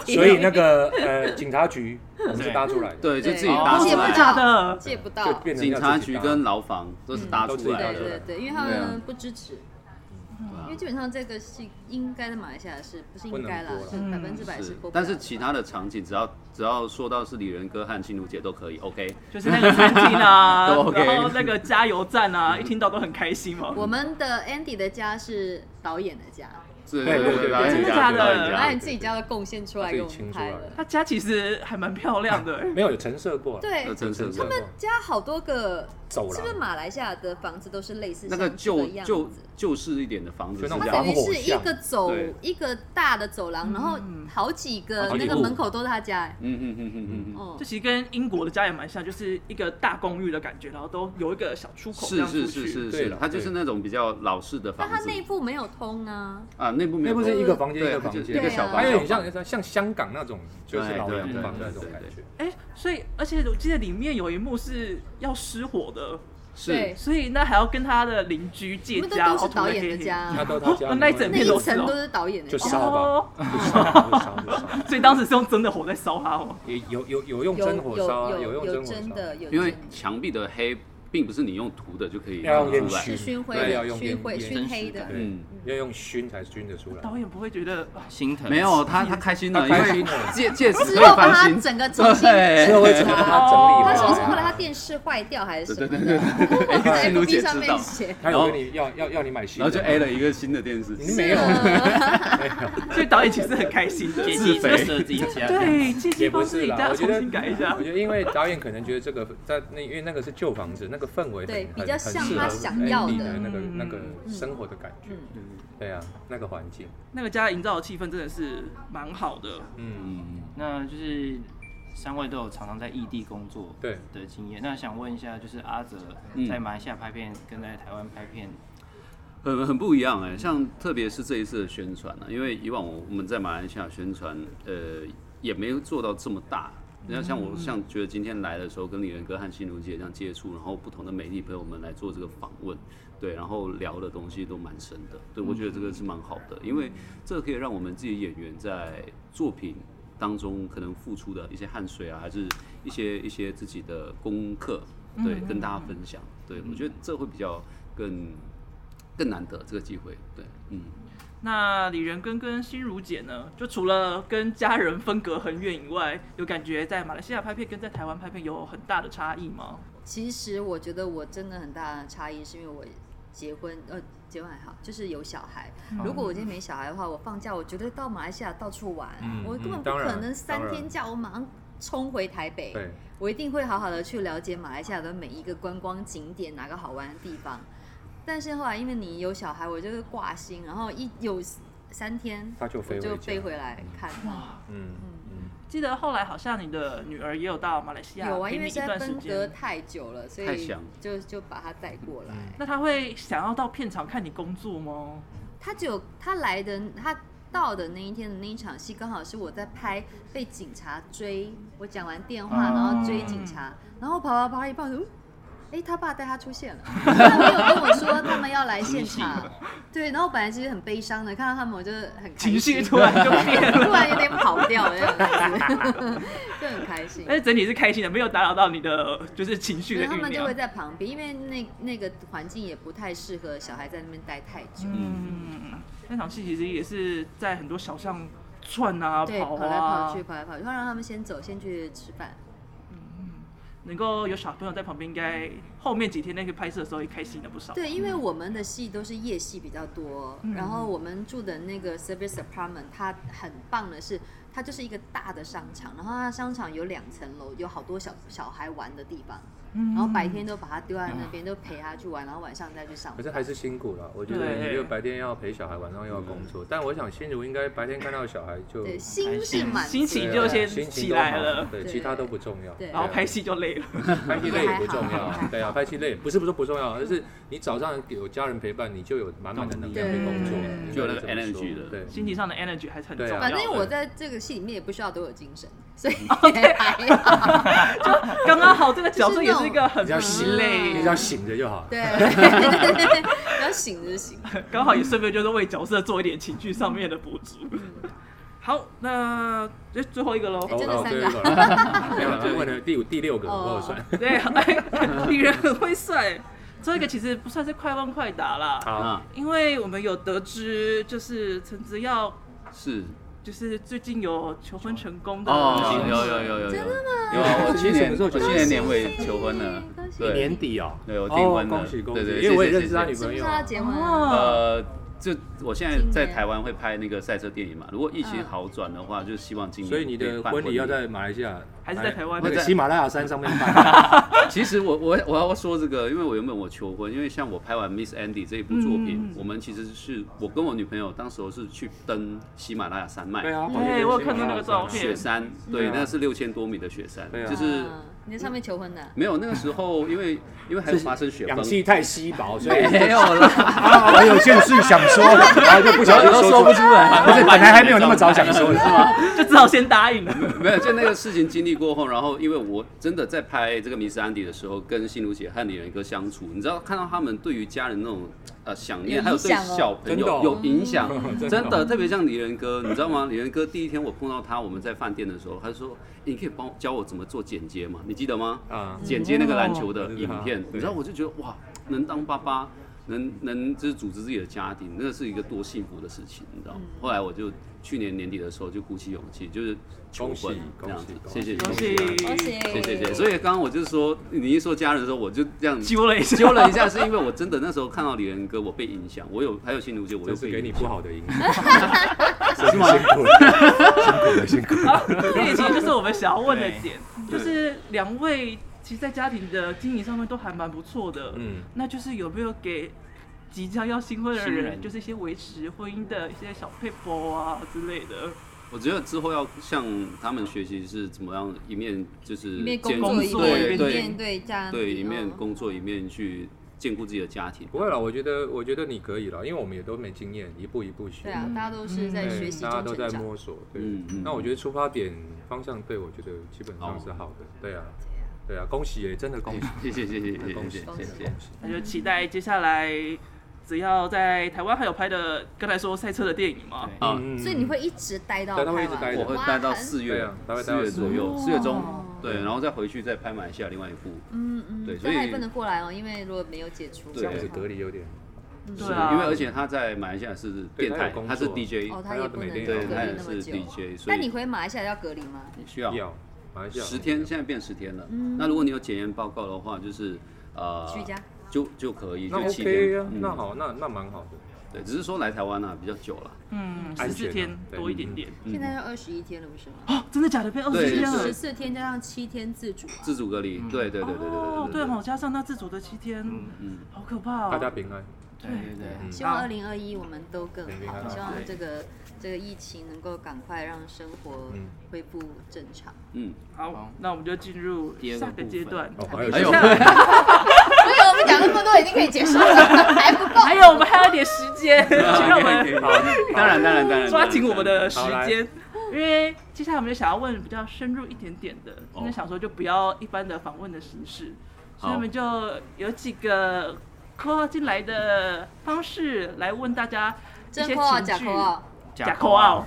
E: 以所以那个呃警察局我们是搭出来的，
D: 对，就自己
C: 对
D: 搭
A: 哦
D: 出
A: 真
C: 借不
A: 的
D: 来。
A: 假
C: 到
A: 的？
C: 借不
E: 就
C: 到，
E: 变成
D: 警
E: 要
D: 察
E: 自己
D: 局
E: 搭
D: 跟牢房都是搭
E: 哦嗯都自
D: 出
E: 己
D: 来
E: 搭
C: 对
E: 出来
D: 的。
C: 对对，因为他
D: 对啊
C: 们不支持，
D: 对啊
C: 为基本上这个戏应该在马来西亚是不是
E: 不
C: 应
E: 能
C: 该啦
E: 播？啦
C: 是
A: 嗯
C: 百分之百
D: 是
C: 播不了的吧。
D: 但是其他的场景，只要只要说到是李仁哥和庆如姐都可以，OK。
A: 就是那个餐厅 啊
D: 都，OK
A: 然后那个加油站啊，一听到都很开心嘛。
C: 我们的 Andy 的家是导演的家，
D: 是
E: 对对对
D: 导演
A: 真的
D: 家
A: 假
D: 对
A: 的
D: 导演
A: 对
D: 家
C: 导
E: 哎
C: 演自己家的贡献出来给我
E: 自己
C: 们
E: 清出
C: 拍
E: 来
C: 了。
A: 他家其实还蛮漂亮的、欸
E: 没有有陈设过，，
C: 对
D: 呃，真
E: 陈
D: 是
E: 设过，
C: 家好多个，
E: 走廊
C: 是不是马来西亚的房子都是类似
D: 那个
C: 像这
D: 旧
C: 样
D: 旧
C: 子？
D: 旧式一点的房子
E: 就是那
D: 这
E: 种
C: 它
D: 样
C: 等于
E: 洋火
C: 是一
E: 巷
C: 个走
D: 对
C: 一个大的走廊，然后
D: 嗯
C: 好几个
D: 好几
C: 那个
D: 户
C: 门口都是他家。哎
D: 嗯嗯嗯嗯嗯嗯，
C: 哦
A: 这，其实跟英国的家也蛮像，就是一个大公寓的感觉，然后都有一个小出口这
D: 是
A: 样出
D: 是
A: 去。
D: 是是
E: 对
D: 是
E: 了，
D: 它就是
E: 对
D: 那种比较老式的
C: 但
D: 房
C: 它
D: 子
C: 内部没有通啊。
D: 啊，内部没
E: 那
D: 有
E: 不
D: 多
E: 是一个房间一
D: 对，
E: 个
D: 它
E: 房
D: 就是
E: 间，
D: 一个
C: 对
D: 小
C: 啊
D: 房
E: 还
D: 间，
E: 有点像像香港那种，就是
D: 对
E: 老
D: 对
E: 洋
D: 对
E: 房
D: 对
E: 那种
D: 对
E: 感
D: 对
E: 觉。
A: 哎、所以而且我记得里面有一幕是要失火的，
D: 是
C: 对
A: 所以那还要跟他的邻居借
C: 那都
A: 家，哦
C: 都
A: 然后
C: 是
A: 涂
C: 导
A: 得
C: 演
A: 黑
C: 的
A: 黑
C: 家，啊
E: 那都他家，
A: 那一整
C: 那
A: 片
C: 一
A: 都是
C: 层
A: 哦
C: 都是导演的
E: 就
C: 家。
E: 烧吧
A: 哦，
E: 就烧就烧就烧，
A: 所以当时是用真的火在烧他哦。
E: 也有有有用
C: 有
E: 真火烧啊，
C: 有有
E: 用
C: 真
E: 真火烧啊
C: 的，。有
D: 因为
C: 真的
D: 墙壁的黑并不是你用涂的就可以涂
E: 要用烟
D: 出来，
E: 熏，
C: 是熏灰
E: 对
C: 的
E: 要用
C: 熏
E: 烟
C: 灰
E: 烟
C: 熏黑的
E: 对
D: 嗯
E: 要用熏才熏得出来。
A: 导演不会觉得 啊
B: 心疼
D: 没有他他开心了，
E: 他开心
D: 因为
E: 了
D: 戒戒指
C: 之
D: 会
C: 后把
D: 翻
C: 它
D: 新，
C: 整个重新
D: 对
E: 之后会整个把它整理
A: 哦
C: 他
E: 回来。
C: 是不是后来他电视坏掉还是什么的？
D: 哎
C: 在
D: 心如
C: FB
D: 姐
C: 上
D: 知
C: 面
D: 道，
C: 写，
E: 他有跟你要要要你买新
D: 然
E: 的
D: 后
E: 吗，
D: 就 A 了一个新的电视，
E: 你没有，
C: 啊
A: 所以导演其实很开心 的。
B: 姐
D: 自
B: 姐
D: 肥
B: 就舍自己 家，
A: 对，借机
E: 也不
A: 帮自
E: 是
A: 己
E: 啦。
A: 家
E: 我觉
A: 重
E: 得
A: 新改一下
E: 我。觉得因为导演可能觉得这个在那，因为那个是旧房子，那个氛围很
C: 对
E: 很
C: 比较像他
E: 很适合
C: 想要的
E: Andy 那个
A: 嗯
E: 那个生活的感觉。
C: 嗯
E: 对啊，那个环境，
A: 那个家营造的气氛真的是蛮好的。
E: 嗯，
D: 嗯，
B: 那就是三位都有常常在异地工作
E: 对
B: 的经验，那想问一下，就是阿泽
D: 嗯
B: 在马来西亚拍片跟在台湾拍片，
D: 很很不一样哎、像特别是这一次的宣传呢、因为以往我我们在马来西亚宣传，呃，也没有做到这么大。你看，像我像觉得今天来的时候，跟李仁哥和新如姐这样接触，然后不同的媒体朋友们来做这个访问，对，然后聊的东西都蛮深的，对我觉得这个是蛮好的，因为这个可以让我们自己演员在作品当中可能付出的一些汗水啊，还是一些一些自己的功课，对，跟大家分享，对我觉得这会比较更更难得这个机会，对，嗯，
A: 那李仁根跟心如姐呢，就除了跟家人分隔很远以外，有感觉在马来西亚拍片跟在台湾拍片有很大的差异吗？
C: 其实我觉得我真的很大的差异是因为我结婚，呃，结婚还好，就是有小孩。
E: 嗯
C: 如果我今天没小孩的话，我放假我绝对到马来西亚到处玩，
E: 嗯
C: 我根本
E: 嗯
C: 不
E: 当然
C: 可能三
E: 当然
C: 天假我马上冲回台北。
E: 对，
C: 我一定会好好的去了解马来西亚的每一个观光景点，哪个好玩的地方。但是后来因为你有小孩，我就会挂心，然后一有三天
E: 他就
C: 我
E: 飞回
C: 就
E: 家
C: 飞回来看他。
E: 嗯嗯，
A: 记得后来好像你的女儿也有到马来西亚
C: 有啊，
A: 陪
C: 因
A: 你
C: 为
A: 一
C: 现在
A: 段时
C: 分隔
A: 间。
C: 太久了，所
D: 太
C: 以
D: 想
C: 就就把他带过
E: 嗯
C: 来。
A: 那她会想要到片场看你工作吗？
C: 他只有他来的他。到的那一天的那一场戏，刚好是我在拍被警察追，我讲完电话，
A: 啊
B: 哦
C: 然后追警察，然后跑跑跑一半，嗯，哎、他爸带他出现了，他没有跟我说他们要来现场，对，然后我本来其实很悲伤的，看到他们我就很开
A: 情
C: 心
A: 绪突然就变了，
C: 突然有点跑掉了，这样子就很开心。
A: 但是哎整体是开心的，没有打扰到你的就是情绪的
C: 所以他
A: 酝
C: 们就会
A: 酿。
C: 在旁边，因为那那个环境也不太适合小孩在那边待太久。
A: 嗯，那场戏其实也是在很多小巷窜啊、
C: 对，跑
A: 跑
C: 来
A: 啊
C: 跑去，，跑来跑去，然后让他们先走，先去吃饭。
A: 能够有小朋友在旁边，应该后面几天那个拍摄的时候也开心了不少。
C: 对，因为我们的戏都是夜戏比较多，
A: 嗯
C: 然后我们住的那个 service apartment，它很棒的是，它就是一个大的商场，然后它商场有两层楼，有好多小小孩玩的地方，
A: 嗯
C: 然后白天都把他丢在那边，都陪他去玩，然后晚上再去上班。
E: 可是还是辛苦了。我觉得
A: 对
E: 你又白天要陪小孩，晚上又要工作，但我想心如应该白天看到小孩就
C: 对，心是满足
A: 心
C: 的
A: 情就先
E: 啊心情
A: 起
E: 都
A: 来
E: 好
A: 了
E: 对，
C: 对
E: 其他都不重要。
C: 对
A: 然后
E: 啊
A: 拍戏就累了。
E: 拍戏累也不重
C: 还好还好
E: 要，对啊，拍戏累不是不是不重要，而是你早上有家人陪伴，你就有满满的能量去工作，
C: 对
D: 就有那个
E: 应该是这么
D: energy
E: 说
D: 了
E: 对，
A: 心情上的 energy 还是很重
E: 对啊
A: 要的。
C: 反正我
E: 对
C: 在这个戏里面也不需要多有精神，所以
A: 哦
C: 也
A: 啊
C: 还好。
A: 刚刚好，这个角色也是一个很
E: 比较
A: 疲
E: 醒
A: 累，
E: 你只要醒着就好。
C: 对， 不要醒着醒。
A: 刚好也顺便就是为角色做一点情绪上面的补足。
D: 嗯
A: 好，那就最后一个喽。
C: 哎真的
E: 哦
C: 三个
E: 对对 对没有了，问了第五、第六个，
C: 哦
A: 啊
E: 我有算。
A: 对，哎，李仁很会算。最后一个其实不算是快问快答啦，
D: 啊，
A: 因为我们有得知就是陈子耀
D: 是
A: 就是最近有求婚成功的
D: 哦，
A: 新
D: 有
A: 闻
D: 有有有有，真的吗？有啊，我去年我去年年尾求婚了，对，
E: 年底哦，
D: 对我订婚了，
E: 恭喜恭喜，
D: 对对，
E: 因为我也
D: 谢谢
E: 认识他女
D: 谢谢
C: 是不是
E: 朋友
C: 他
E: 啊，
C: 结婚了？
A: 哦，
D: 呃，就我现在在
C: 今年
D: 台湾会拍那个赛车电影
A: 嗯
D: 嘛，如果疫情好转的话，就希望今年
E: 所以你
D: 可
E: 的
D: 办
E: 婚礼要在马来西亚，
A: 还是在台湾
E: 那
D: 我
E: 个
D: 在
E: 喜马拉雅山上面 办，
D: 啊其实我我我要说这个，因为我原本我求婚，因为像我拍完《Miss Andy》这一部作品，
A: 嗯
D: 我们其实是我跟我女朋友当时候是去登喜马拉雅山脉，
E: 对啊，
A: 对哎我有看到那个照片
D: 雪山，
A: 嗯
D: 对，
E: 对啊
D: 那是六千多米的雪山，
E: 对啊
D: 就是
C: 啊你在上面求婚的，
D: 没有那个时候，因为因为还有发生雪
E: 氧
D: 崩，
E: 气太稀薄，所 以
D: 没有啦，
E: 啊，我有件事想说， 然后就不小心
B: 都说
E: 说
B: 不
E: 出
B: 出来。
E: 不是，本来还没有那么早想 说的，是吗？
A: 就只好先答应了。
D: 没有，就那个事情经历过后，然后因为我真的在拍这个《迷失安迪》的时候，跟心如姐和李仁哥相处，你知道看到他们对于家人那种呃想念，
C: 有
D: 还有
C: 影
D: 对
C: 响哦
D: 小朋
E: 真的哦
D: 友有影响，
E: 真的哦
D: 啊真的特别像李仁哥，你知道吗？李仁哥第一天我碰到他，我们在饭店的时候，他就说：“诶你可以帮我教我怎么做剪接吗？你记得吗？”
E: 啊，
D: 剪接那个篮球的
E: 嗯
D: 影片
E: 对，
D: 你知道我就觉得哇，能当爸爸，能能就是组织自己的家庭，那是一个多幸福的事情，你知道吗？
C: 嗯
D: 后来我就去年年底的时候就鼓起勇气，就是求
E: 恭喜
D: 婚这
E: 恭
D: 样
E: 喜
D: 子，谢
E: 恭
D: 谢
E: 喜
A: 恭
D: 恭
A: 喜
D: 喜，啊
E: 哦
C: 恭喜！
D: 谢谢谢谢。所以刚刚我就说，你一说家人的时候，我就这样
A: 揪了一下，
D: 揪了一下，是因为我真的那时候看到李仁哥，我被影响，我有还有新竹姐，我
E: 这
D: 又
E: 是
D: 被
E: 给你
D: 影响
E: 不好的影响，是吗？辛苦了，辛苦了，辛苦 了。
A: 这也其实就是我们想要问的点，就是两位其实，在家庭的经营上面都还蛮不错的。
E: 嗯，
A: 那就是有没有给即将要新婚的
B: 新
A: 人，
B: 人
A: 就是一些维持婚姻的一些小配博啊之类的？
D: 我觉得之后要向他们学习是怎么样一面就是
C: 一面
D: 兼
C: 工作，一
A: 工作
D: 对
C: 面一
D: 对
C: 面对家人，
D: 对，一面
C: 哦
D: 工作一面去兼顾自己的家庭。
E: 不会了，我觉得，我觉得你可以了，因为我们也都没经验，一步一步学，
C: 对啊，大家都是在
E: 嗯对
C: 学习
E: 大家
C: 中
E: 都在
C: 成长。
E: 摸索，对
D: 嗯嗯。
E: 那我觉得出发点方向对，我觉得基本上是好的，对啊，对啊，恭喜耶，真的恭喜，
D: 哦谢谢谢谢
E: 真的
D: 谢
E: 恭
D: 谢
E: 喜，
D: 谢
E: 真
D: 谢
E: 的
D: 谢
E: 恭
D: 谢。
E: 喜。
A: 那就期
B: 嗯
A: 待接下来只要在台湾还有拍的，刚才说赛车的电影嘛，
B: 对
D: 啊，
E: 嗯
C: 所以你会一直待到
E: 对他会
C: 拍
E: 一直
C: 完哦
E: 待
D: 我会待到四
E: 对
D: 月
E: 啊大概，待
D: 四
E: 到
D: 月
E: 四月
D: 左右，
A: 哇
D: 四月中，对，
E: 对
D: 然后再回去再拍马来西亚另外一部，
C: 嗯嗯，
D: 对所
C: 但他也
D: 以
C: 不能过来哦，因为如果没有解除，
D: 对
E: 这样子隔离有点，
A: 对
D: 是
A: 啊，
D: 因为而且他在马来西亚是
E: 对
D: 电
E: 他有
D: 台
E: 工，
D: 他是
E: 作
D: DJ，
C: 哦，
E: 他
C: 他
E: 要
C: 也不
E: 每
C: 能隔
E: 天
C: 离
E: 有
D: 对，他也
C: 那么
D: 是
C: 久。
D: DJ，所
C: 那你
D: 以
C: 回马来西亚要隔离吗？
D: 需要
E: 要马来西亚
D: 十天，现在变十天了。那如果你有检验报告的话，就是呃，
C: 嗯居家
D: 就就可以，
E: 那
D: 就七
E: OK
D: 天嗯
E: 啊，，那，好，那那蛮好的，
D: 对，只是说来台湾啊比较久了，
A: 嗯，
E: 安
A: 十
E: 全
A: 四
E: 啊
A: 天
E: 对
A: 多一点点。
D: 嗯
C: 现在要二十一天了，不是吗？
A: 哦，真的假的？变二十
D: 对
A: 天了
D: 是
C: 十。四天加上七天自主啊，
D: 自主隔离，
E: 嗯
D: 对对对对对
A: 哦，
D: 对
A: 对
D: 对
A: 哦，加上那自主的七天，
D: 嗯
A: 好可怕
E: 大家
A: 哦。
E: 平安，
B: 对对对，
E: 嗯
C: 希望
A: 啊
C: 二零二一我们都更
E: 平平安
C: 好，
E: 安
C: 希望
D: 对
C: 这个这个疫情能够赶快让生活
E: 嗯
C: 恢复正常。
D: 嗯，
A: 好，那我们就进入
B: 第二个
A: 下个阶段。
E: 哦，
D: 还有
E: 这
A: 下
C: 对，我们讲那么多已经可以结束了，还不够。
A: 还有，我们还有点时 间，请
B: 啊
A: 让我们
D: 当然当然当 然，
A: 抓紧我们的时
E: 好来
A: 间，因为接下来我们就想要问比较深入一点点的，今天想说就不要一般的访问的形式，所以我们就有几个 call 进来的方式来问大家一些情
C: 真扣啊，假扣
A: 境。
C: 啊！
A: 假 call out，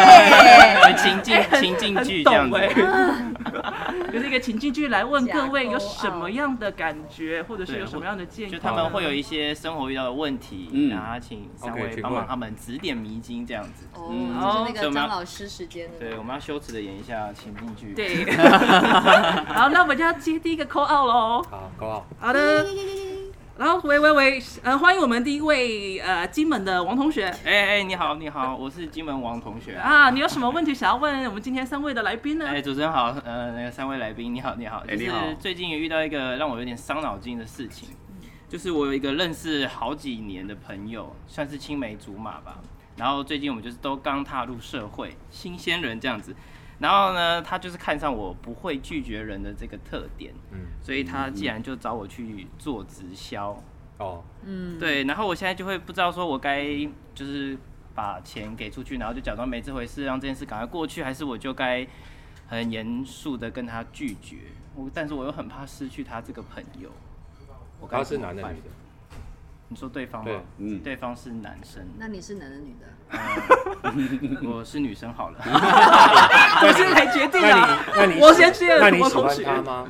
B: 我们情境情境剧这样子，
A: 哎很懂哎欸就是一个情境剧来问
C: 假
A: 各位
C: call
A: 有什么样的感觉，或者是有什么样的建议？
B: 就他们会有一些生活遇到的问题，
D: 嗯
B: 然后请三
E: OK，
B: 位
E: 请
B: 帮忙
E: 问
B: 他们指点迷津这样子。
C: 哦，
D: 嗯
C: 就是那
B: 所以我
C: 个
B: 们要
C: 张老师时间的。
B: 对，我们要羞耻的演一下情境剧。，
A: 对。 好，那我们就要接第一个 call out 喽。
E: 好，高傲，
A: 好的。然后喂喂喂，呃，欢迎我们第一位呃金门的王同学
B: 哎、哎、你好，你好，我是金门王同学。
A: 啊，你有什么问题想要问我们今天三位的来宾呢？
B: 哎、主持人好，呃，那个三位来宾，你好，你好，
D: 哎
B: 就
D: 你好
B: 是最近遇到一个让我有点伤脑筋的事情，就是我有一个认识好几年的朋友，算是青梅竹马吧，然后最近我们就是都刚踏入社会，新鲜人这样子，然后呢，他就是看上我不会拒绝人的这个特点，
E: 嗯，
B: 所以他既然就找我去做直销，
E: 哦，
C: 嗯，
B: 对，然后我现在就会不知道说我该就是把钱给出去，然后就假装没这回事，让这件事赶快过去，还是我就该很严肃的跟他拒绝。我但是我又很怕失去他这个朋友。我该
E: 他是
B: 怎么
E: 男的
B: 办
E: 女的？
B: 你说对方吗
E: 对？
D: 嗯
B: 对方是男 生，
C: 那你是男的女的？
B: 我是女生好了。
A: 我先来决定
E: 那
A: 啊
E: 你，那你
A: 我先去了
E: 那
A: 什
E: 你
A: 么
E: 喜
A: 同
E: 欢
A: 学？
E: 他吗？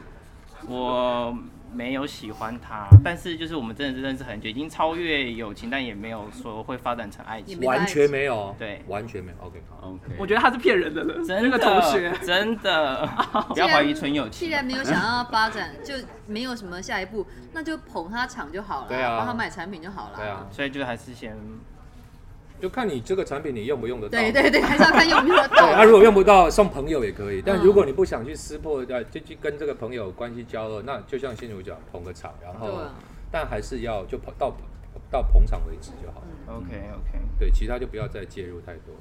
B: 我没有喜欢他，但是就是我们真的是认识很久，已经超越友情，但也没有说会发展成爱
C: 也
B: 情。
C: 没
E: 完
C: 关系
E: 全没有，
B: 对
E: 完全没有。OK，好，
D: OK，
A: 我觉得他是骗人的了，那
B: 真的
A: 个同学。
B: 真 的不要怀疑纯友
C: 哦既
B: 情。
C: 然没有想要发展，就没有什么下一步，那就捧他场就好了，
E: 对啊
C: 帮他买产品就好了。
E: 对啊，
B: 所以就还是先
E: 就看你这个产品你用不用得到。
C: 对对 对，还是要看用不用得
E: 对，那、
C: 到。
E: 如果用不到，送朋友也可以。但
C: 嗯
E: 如果你不想去撕破，呃，就去跟这个朋友关系交恶，那就像新主讲，捧个场，然
C: 对
E: 后
C: 啊，
E: 但还是要就捧到到捧场为止就好了。
B: OK OK。
E: 对，其他就不要再介入太多。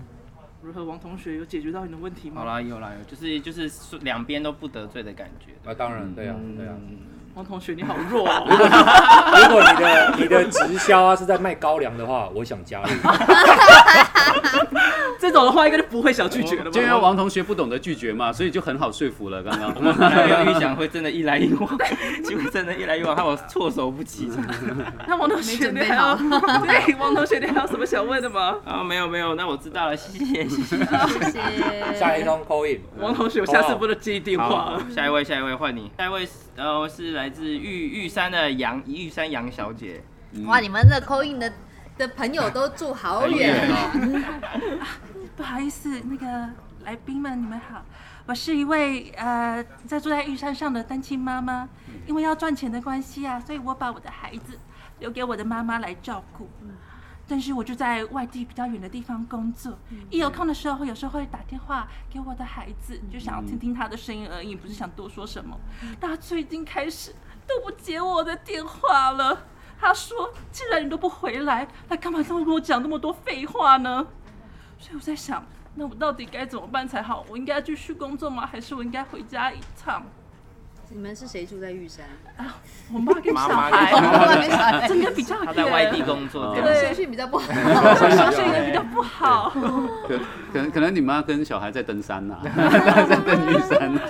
A: 如何，王同学有解决到你的问题吗？
B: 好，啦，有啦有，就是就是说两边都不得罪的感觉。
E: 啊，当然，对啊，
B: 嗯
E: 对啊。
A: 王同学你好弱哦。
E: 如果你的你的直销啊是在卖高粱的话，我想 加入。
A: 这种的话应该就不会想拒
E: 哦
A: 绝了
D: 就因为
A: 吧？
D: 王同学不懂得拒绝嘛，所以就很好说服了。刚
B: 我
D: 刚
B: 本来有预想会真的一来一往， 结果真的一来一往，害我措手不及。
A: 那王同学你还要 对王同学你还有什么想问的吗？
B: 啊，没有没有，那我知道了，谢谢谢谢。
C: 谢谢。
E: 下一通 call in，
A: 王同学，我下
E: 哦
A: 次不能接电话
B: 好啊
A: 了。，
B: 下一位下一位换你，下一位是呃是来自玉玉山的杨玉山杨小姐，
C: 哇，你们这 c a in 的的朋友都住好
E: 啊
C: 远哦。
F: 不好意思，那个来宾们，你们好，我是一位呃在住在玉山上的单亲妈妈，因为要赚钱的关系啊，所以我把我的孩子留给我的妈妈来照顾。但是我就在外地比较远的地方工作，一有空的时候，有时候会打电话给我的孩子，就想要听听他的声音而已，不是想多说什么。但他最近开始都不接我的电话了。他说：“既然你都不回来，那干嘛这么跟我讲那么多废话呢？”所以我在想，那我到底该怎么办才好？我应该继续工作吗？还是我应该回家一趟？
C: 你们是谁住在玉 山？哎
F: 我妈跟
B: 妈
F: 小
B: 妈
F: 孩，
B: 跟
C: 我还没想
F: 真的比较远，
B: 她在外地工作这样。
F: 对
C: 收讯比较不好。
E: 哦
F: 我小学也比较不好。
D: 可可能可能你妈跟小孩在登山 呐、在登玉山呐、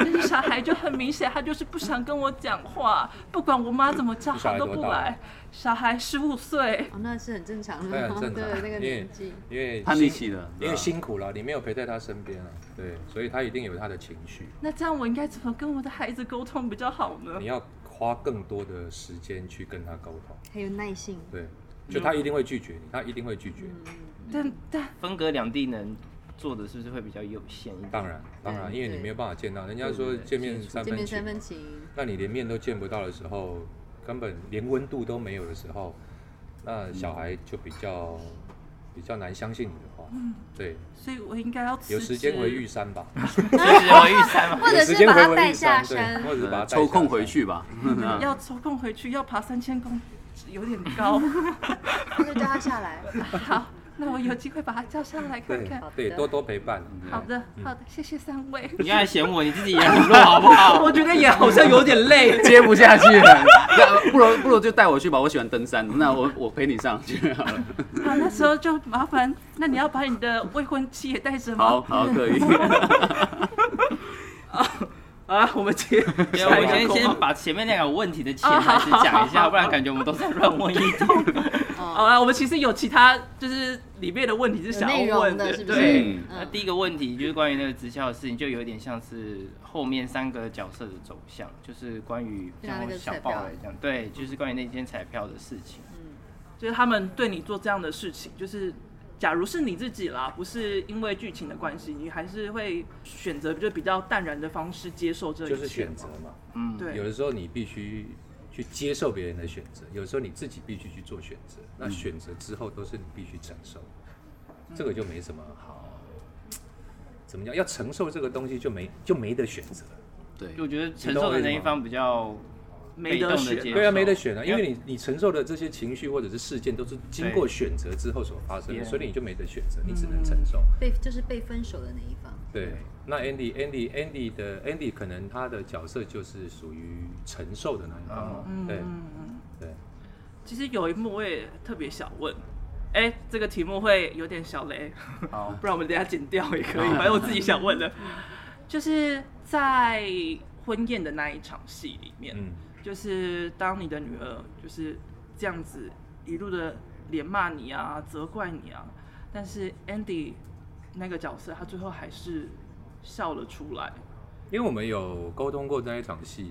F: 但是小 孩就很明显，他就是不想跟我讲话，不管我妈怎么叫，
E: 小
F: 他
E: 孩
F: 都
E: 多
F: 不
E: 大
F: 来。小孩十五岁，
C: 哦，那是很正常
E: 那
C: 的，
E: 哎很正常
C: 对，那个
E: 因为
C: 年纪。
E: 因为
D: 叛逆期
E: 辛
D: 了
E: 因
D: 对啊
E: 为辛苦了，你没有陪在他身边啊，对，所以他一定有他的情绪。
F: 那这样我应该怎么跟我的孩子沟通比较好呢
E: 你？要花更多的时间去跟他沟通，
C: 还有耐性，
E: 对，就他一定会拒绝你，他一定会拒绝你。
B: 嗯
F: 但但
B: 分隔两地能做的是不是会比较有限
A: 嗯
B: 一点？
E: 当然，当然，因为你
C: 对
E: 没有办法见到，人家
B: 对
E: 说
B: 对对
E: 见面三
C: 这
E: 分
C: 边三
E: 情，
C: 分情，
E: 那你连面都见不到的时候，根本连温度都没有的时候，那小孩就比较比较难相信你的话。对，
F: 所以我应该要辞职。
E: 有时间回玉山吧，
B: 其实我玉山嘛，
C: 或者
E: 有
C: 是
E: 时间
C: 把
E: 回
C: 他
E: 回
C: 带
E: 玉
C: 下
E: 对，
C: 山。
E: 或者是把他
D: 呃
E: 带下
D: 抽空
E: 山
D: 回。去吧。
B: 啊
F: 要抽空回去，要爬三千公尺，有点 高。
C: 那就叫他 下来。
F: 好，那我有机会把他叫上来看
E: 对
F: 看。
E: 对，多多陪伴。
F: 好的，
A: 嗯
F: 好的，谢谢三位。
B: 你爱嫌我，你自己也很弱哦好不好？
A: 我觉得也好像有点累。
D: 接不下去了， 那不如不如就带我去吧，我喜欢登山，那我我陪你上去 好了。
F: 好，那时候就麻烦，那你要把你的未婚妻也带着吗？
D: 好好可 以，
A: 啊，我们 接
B: 对，
A: 下
B: 我
A: 一个
B: 先
A: 口
B: 先
A: 号
B: 把前面两个问题的
C: 啊
B: 潜台词讲一下，不然感觉我们都在乱问一通。
A: 好啊了，我们其实有其他就是里面的问题是想
C: 有内
A: 要
C: 容
A: 问
C: 的是不是
A: 对，
D: 嗯
B: 那
C: 嗯，
B: 第一个问题就是关于那个直销的事情，就有点像是后面三个角色的走向，就是关于
C: 对啊
B: 像
C: 那个
B: 小
C: 彩
B: 报
C: 票嗯
B: 来讲，对，就是关于那间彩票的事情。
A: 就是他们对你做这样的事情，就是假如是你自己啦，不是因为剧情的关系，你还是会选择就比较淡然的方式接受这一切
E: 就是选择嘛，
B: 嗯，
A: 对
E: 有的时候你必须去接受别人的选择，有时候你自己必须去做选择。
C: 嗯
E: 那选择之后都是你必须承受，这个就没什么好。怎么讲？要承受这个东西就没就没得选择。
D: 对
B: 就我觉得承受的那一方比较
A: 没得
B: 被动地
A: 选。
B: 接
E: 对啊，没得选啊，因为你你承受的这些情绪或者是事件都是经过选择之后所发生的，
B: 对
E: 所以你就没得选择，你只能承受。
C: 被就是被分手的那一方。
E: 嗯对，那 Andy Andy Andy 的 Andy 可能他的角色就是属于承受的那一方嘛，对
C: 嗯
E: 对。
A: 其实有一幕我也特别想问，哎、这个题目会有点小雷，
B: 好，
A: 不然我们等一下剪掉也可以，反正我自己想问的，就是在婚宴的那一场戏里面，
E: 嗯，
A: 就是当你的女儿就是这样子一路的连骂你啊、责怪你啊，但是 Andy 那个角色他最后还是笑了出来。
E: 因为我们有沟通过那一场戏，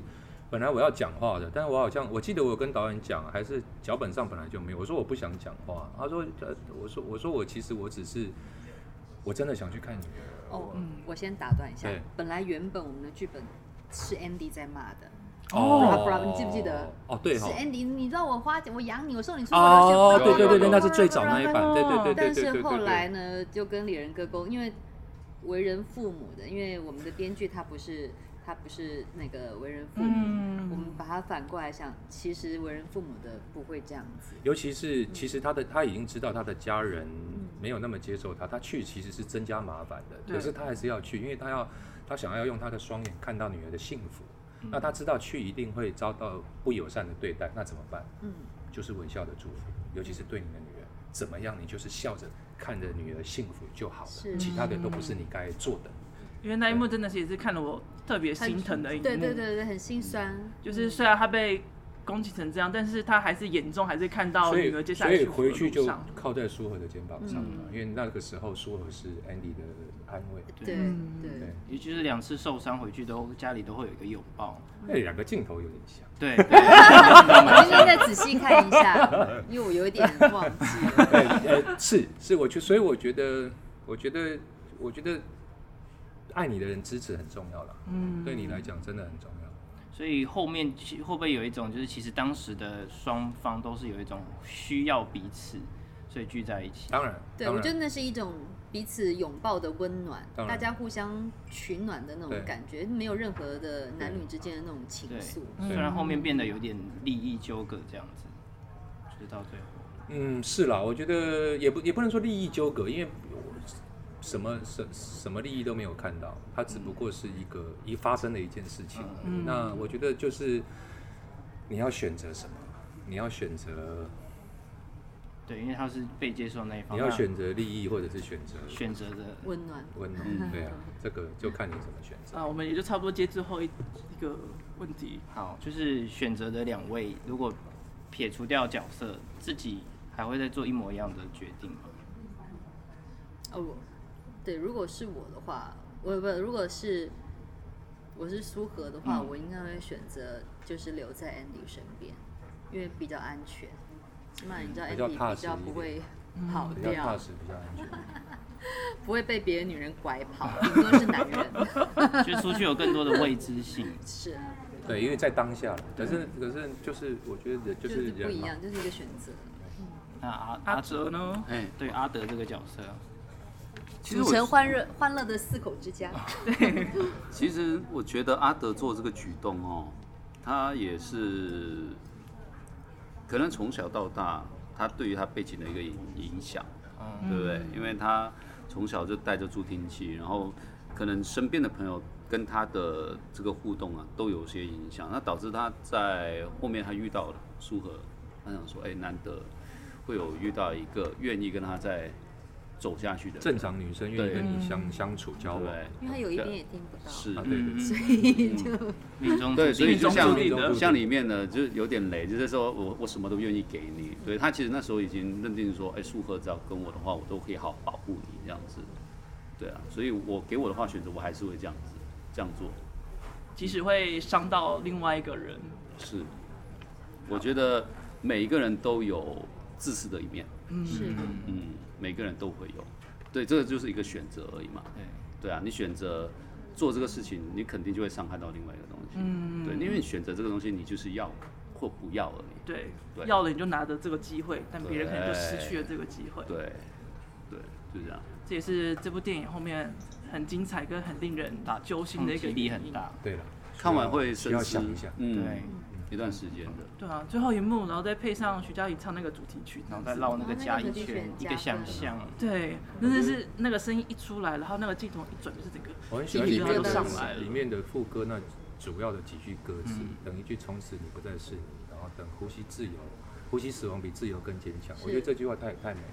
E: 本来我要讲话的，但是我好像我记得我有跟导演讲，还是脚本上本来就没有。我说我不想讲话，他说，呃，我说我说我其实我只是我真的想去看你。
C: 哦，我先打断一下
E: 嗯对，
C: 本来原本我们的剧本是 Andy 在骂的，
E: 哦
C: Rob，Rob，你记不记得？
E: 哦，对
C: 是
E: 哈。
C: Andy，你让我花钱，我养你，我送你出国留学
E: 哦，对
C: blah blah
E: 对对对，
C: blah blah blah
E: 那是最早那一版，对 对对对对
C: 但
E: 对对
C: 是
E: 对。
C: 后来呢，就跟李仁哥沟，因为为人父母的，因为我们的编剧他不是他不是那个为人父母，我
A: 嗯，
C: 们把他反过来想，其实为人父母的不会这样子。
E: 尤其是其实他的他已经知道他的家人没有那么接受他，他去其实是增加麻烦的，
A: 对
E: 可是他还是要去，因为他要他想要用他的双眼看到女儿的幸福。那他知道去一定会遭到不友善的对待，那怎么办？
C: 嗯，
E: 就是微笑的祝福，尤其是对你的女儿，怎么样？你就是笑着看着女儿幸福就好了，
C: 是
E: 其他的都不是你该做的。
A: 因为那一幕真的是也是看了我特别心疼的一幕。
C: 对对对，对，很心酸。嗯
A: 就是虽然他被攻击成这样，但是他还是眼中还是看到
E: 所
A: 女儿接
E: 以
A: 下
E: 所
A: 来
E: 以
A: 幸福的
E: 回去
A: 路
E: 就
A: 上。
E: 靠在舒和的肩膀上嘛，因为那个时候舒和是 Andy 的安慰。
C: 对
A: 嗯
C: 对
E: 对，
B: 也就是两次受伤回去都家里都会有一个拥抱，
E: 那哎两个镜头有点像。
B: 对，对
C: 我应该再仔细看一 下，因为我有一点忘记了。
E: 对，呃，是是，我觉，所以我觉得，我觉得，我觉得，爱你的人支持很重要了。嗯，对你来讲真的很重要。
B: 所以后面其会不会有一种就是其实当时的双方都是有一种需要彼此，所以聚在一起。
E: 当然，
C: 对，
E: 当
C: 我
E: 然
C: 觉得那是一种彼此拥抱的温暖，
E: 当
C: 大
E: 然
C: 家互相取暖的那种
E: 对
C: 感觉，没有任何的男女之间的那种情
B: 对，
C: 愫。
B: 虽然后面变得有点利益纠葛这样子，就是到最后，
E: 嗯，是啦，我觉得也不也不能说利益纠葛，因为我什么什什么利益都没有看到，它只不过是一个一发生的一件事情。
C: 嗯
E: 那我觉得就是你要选择什么，你要选择
B: 对，因为他是被接受那一方，
E: 你要
B: 那
E: 选择利益，或者是选择
B: 选择的
C: 温暖，
E: 温
C: 嗯
E: 暖。对啊，这个就看你怎么选择。
A: 啊，我们也就差不多接最后一一个问题。
B: 好，就是选择的两位，如果撇除掉角色，自己还会再做一模一样的决定吗？
C: 哦，我对，如果是我的话，我不，如果是我是苏荷的话，
B: 嗯
C: 我应该会选择就是留在 Andy 身边，因为比较安全。起码你知道
E: 嗯比较
C: Andy
E: 踏
C: 比
E: 实
C: 较
E: 一
C: 不
E: 点
C: 会跑
E: 比较
C: 掉
E: 踏，实，比较安全。
C: 不会被别的女人拐 跑，顶多是男人。
B: 就是出去有更多的未知性。
C: 是，啊
E: 对，因为在当下了，可是可是就是啊我觉得人就
C: 嗯就是是不
E: 人
C: 一
E: 嘛，
C: 样，就是一个选择。
B: 那阿
A: 阿哲？呢？
D: 哎，
B: 对阿德这个角色，啊
D: 其实
C: 组
D: 我
C: 成欢乐欢乐的四口之家。
D: 其实我觉得阿德做这个举动哦，他也是可能从小到大，他对于他背景的一个影影响，
E: 嗯
D: 对不对？因为他从小就带着助听器，然后可能身边的朋友跟他的这个互动啊，都有些影响，那导致他在后面他遇到了苏荷，他想说，哎，难得会有遇到一个愿意跟他在走下去的人，
E: 正常女生愿意
D: 对
E: 跟你相相处交
D: 对不
E: 往，
D: 对？
C: 因为他有一边也听不到，
D: 是
E: 啊，对对对，
C: 所以
E: 嗯
C: 就
B: 嗯命中
D: 对，所以就像
E: 命中注定的
D: 像里面呢，就是有点雷，就是说我我什么都愿意给你。对他其实那时候已经认定说，哎，素荷只要跟我的话，我都可以好好保护你这样子。对啊，所以我给我的话选择，我还是会这样子这样做。
A: 即使会伤到另外一个人，
D: 是，我觉得每一个人都有自私的一面，
C: 是
D: 嗯，每个人都会有。对，这个就是一个选择而已嘛。
B: 对，
D: 对啊，你选择做这个事情，你肯定就会伤害到另外一个东西。嗯，对，因为你选择这个东西，你就是要或不要而已。
A: 对，
D: 对
A: 要了你就拿着这个机会，但别人可能就失去了这个机会。
D: 对，对，就这样。
A: 这也是这部电影后面很精彩跟很令人揪心的一个
B: 冲击力
A: 原因
B: 很大。
E: 对了，
D: 看完会
E: 需
D: 深
E: 要
D: 思，
E: 想一下，
D: 嗯，
B: 对，
D: 一段时间的。
A: 对啊，最后一幕，然后再配上徐佳莹唱那个主题曲，
B: 然后再绕那个家一圈，一个想象，
A: 对，真的是那个声音一出来，然后那个镜头一转，就是整个
E: 我很喜
A: 鸡
E: 欢
A: 皮疙瘩都
E: 里面的
A: 上来了
E: 里。面的副歌那主要的几句歌词，等一句从此你不再是你，然后等呼吸自由，呼吸死亡比自由更坚强。我觉得这句话太太美了。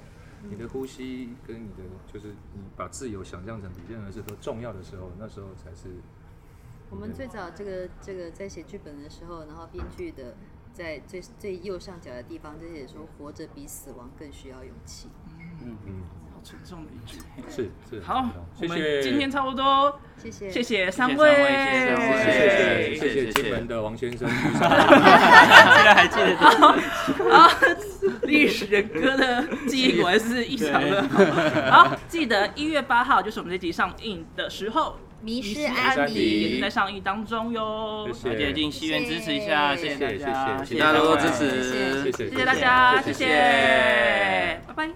E: 你的呼吸跟你的就是你把自由想象成比任何事都重要的时候，那时候才是
C: 我们最早这个这个在写剧本的时候，然后编剧的在最最右上角的地方就写说，活着比死亡更需要勇气。
A: 好沉重的一句。
E: 是是
A: 好
E: 很重要，
A: 我
E: 谢
A: 们
E: 谢
A: 今天差不多，
C: 谢谢，
A: 谢谢
B: 三
A: 三
B: 位
A: 位，
B: 谢谢三位
D: 谢谢
E: 谢谢
D: 谢谢
E: 金门的王先生遇上
B: 现在还记得这个
A: 啊，历史人哥的记忆果然是异常的好。好，记得一月八号就是我们这集上映的时候，
C: 迷
A: 《
C: 失
A: 失
C: 安
A: 安
E: 迪
A: 迪》也
C: 迪
A: 正在上映当中哟。
E: 谢
B: 而且进戏院支持一下，
C: 谢谢
B: 谢谢大家，
E: 谢谢谢谢
D: 大家多多支
C: 谢谢
D: 持。
E: 谢谢
A: 谢谢大家，谢
B: 谢谢
A: 谢，拜拜。